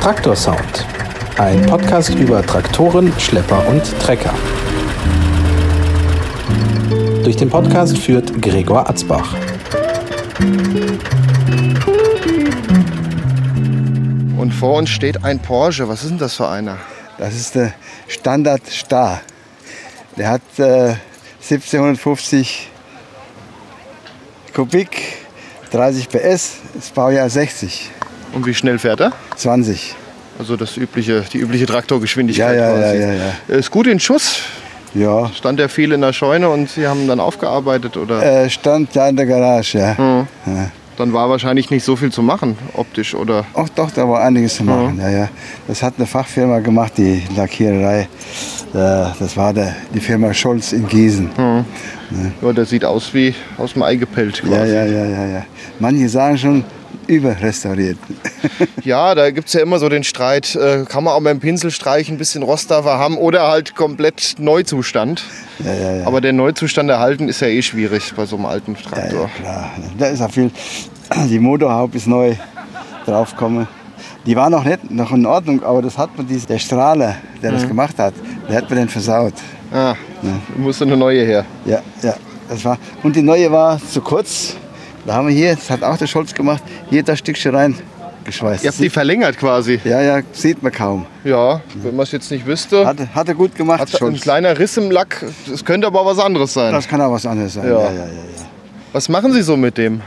Traktorsound. Ein Podcast über Traktoren, Schlepper und Trecker. Durch den Podcast führt Gregor Atzbach. Und vor uns steht ein Porsche. Was ist denn das für einer? Das ist der Standard Star. Der hat äh, 1750 Kubik, 30 PS, das Baujahr 60, Und wie schnell fährt er? 20. Also das übliche, die übliche Traktorgeschwindigkeit. Ja, ja, quasi. ja, ja, Ist gut in Schuss. Ja, Stand er viel in der Scheune und Sie haben dann aufgearbeitet oder? äh, stand da in der Garage. Ja. Ja. Dann war wahrscheinlich nicht so viel zu machen optisch oder? Ach doch, da war einiges zu machen. Ja, ja. Das hat eine Fachfirma gemacht, die Lackiererei. Äh, das war der, die Firma Scholz in Gießen. Ja, der sieht aus wie aus dem Ei gepellt quasi. Ja, ja, ja, ja, ja. Manche sagen schon, überrestauriert. Ja, da gibt es ja immer so den Streit, äh, kann man auch mit dem Pinselstreich ein bisschen Rost davon haben oder halt komplett Neuzustand. Aber der Neuzustand erhalten ist ja eh schwierig bei so einem alten Traktor. Klar, da ist ja viel. Die Motorhaube ist neu draufgekommen. Die war noch nicht noch in Ordnung, aber das hat man dies- der Strahler, der Mhm. das gemacht hat, der hat mir den versaut. Ah, musste eine neue her. Ja, ja, das war. Und die neue war zu kurz. Da haben wir hier, das hat auch der Scholz gemacht, hier das Stückchen reingeschweißt. Ihr habt die verlängert quasi. ja, ja, sieht man kaum. Ja, wenn man es jetzt nicht wüsste, Hat, hat er gut gemacht, hat ein Scholz. kleiner Riss im Lack. Das könnte aber was anderes sein. Das kann auch was anderes sein. Ja. Ja, ja, ja, ja. Was machen Sie so mit dem?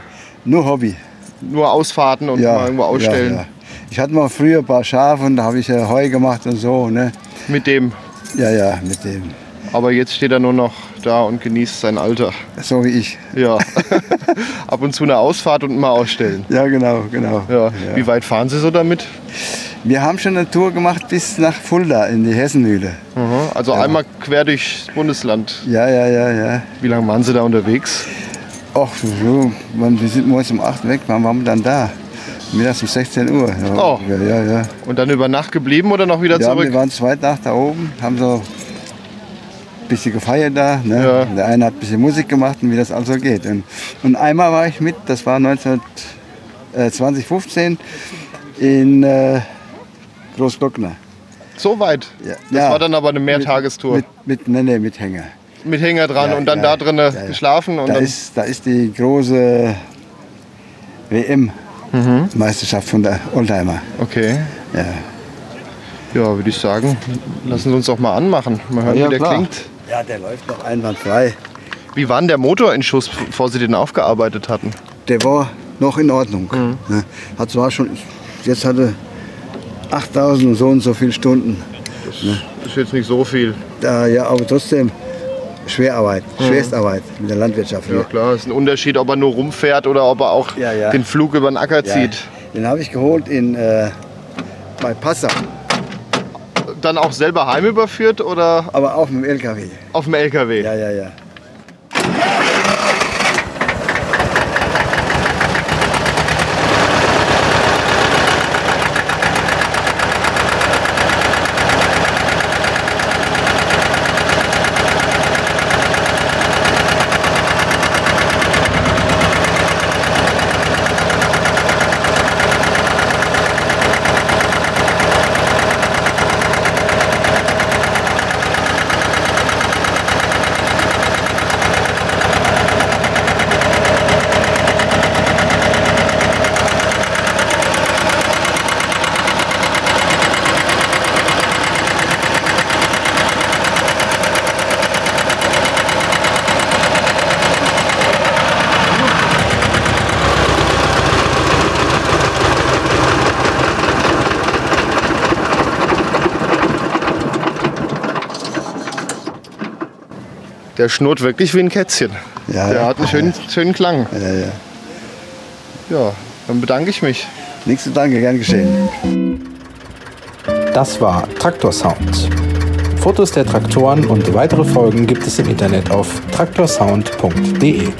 Nur Hobby. Nur Ausfahrten und mal irgendwo ausstellen? ja. Ich hatte mal früher ein paar Schafe und da habe ich äh, Heu gemacht und so. Ne? Mit dem. Ja, ja, mit dem. Aber jetzt steht er nur noch da und genießt sein Alter. So wie ich. Ja. Ab und zu eine Ausfahrt und mal ausstellen. Ja, genau, genau. Ja. Wie weit fahren Sie so damit? Wir haben schon eine Tour gemacht bis nach Fulda in die Hessenmühle. Mhm. Also einmal quer durchs Bundesland. Ja, ja, ja, ja. Wie lange waren Sie da unterwegs? Ach, so, wann, wir sind morgens um 8 weg, wann waren wir dann da? Mittags um 16 Uhr. Ja, Oh. Ja, ja, ja. Und dann über Nacht geblieben oder noch wieder ja wir zurück? waren zwei Nacht da oben, haben so ein bisschen gefeiert da. Ne? Ja. Der eine hat ein bisschen Musik gemacht und wie das also geht. Und, und einmal war ich mit, das war 19, äh, 2015 in äh, Großglockner. So weit. Ja. Das Ja. war dann aber eine Mehrtagestour. Mit, mit, nee, nee, mit Hänger. mit Hänger dran Ja, und dann da ja, drinnen ja, ja. geschlafen und Da dann ist, da ist die große Mhm. WM-Meisterschaft von der Oldtimer. okay. Ja. Ja, würde ich sagen, lassen Sie uns doch mal anmachen. Mal hören, Ja, wie der klar. klingt. ja, der läuft noch einwandfrei. Wie war denn der Motor in Schuss, bevor Sie den aufgearbeitet hatten? Der war noch in Ordnung. Mhm. Ne? Hat zwar schon, jetzt hatte 8000 und so und so viele Stunden. Ist jetzt nicht so viel. Da, ja, aber trotzdem Schwerarbeit, Mhm. Schwerstarbeit mit der Landwirtschaft. Ja Hier. klar, ist ein Unterschied, ob er nur rumfährt oder ob er auch Ja, ja. den Flug über den Acker Ja. zieht. Den habe ich geholt in, äh, bei Passau, Dann auch selber heimüberführt oder aber auch mit dem LKW. auf dem LKW? Ja, ja, ja. Der schnurrt wirklich wie ein Kätzchen. Ja, der ja. hat einen schönen, schönen Klang. ja, ja. Ja, dann bedanke ich mich. Nichts zu danken, gern geschehen. Das war Traktorsound. Fotos der Traktoren und weitere Folgen gibt es im Internet auf traktorsound.de.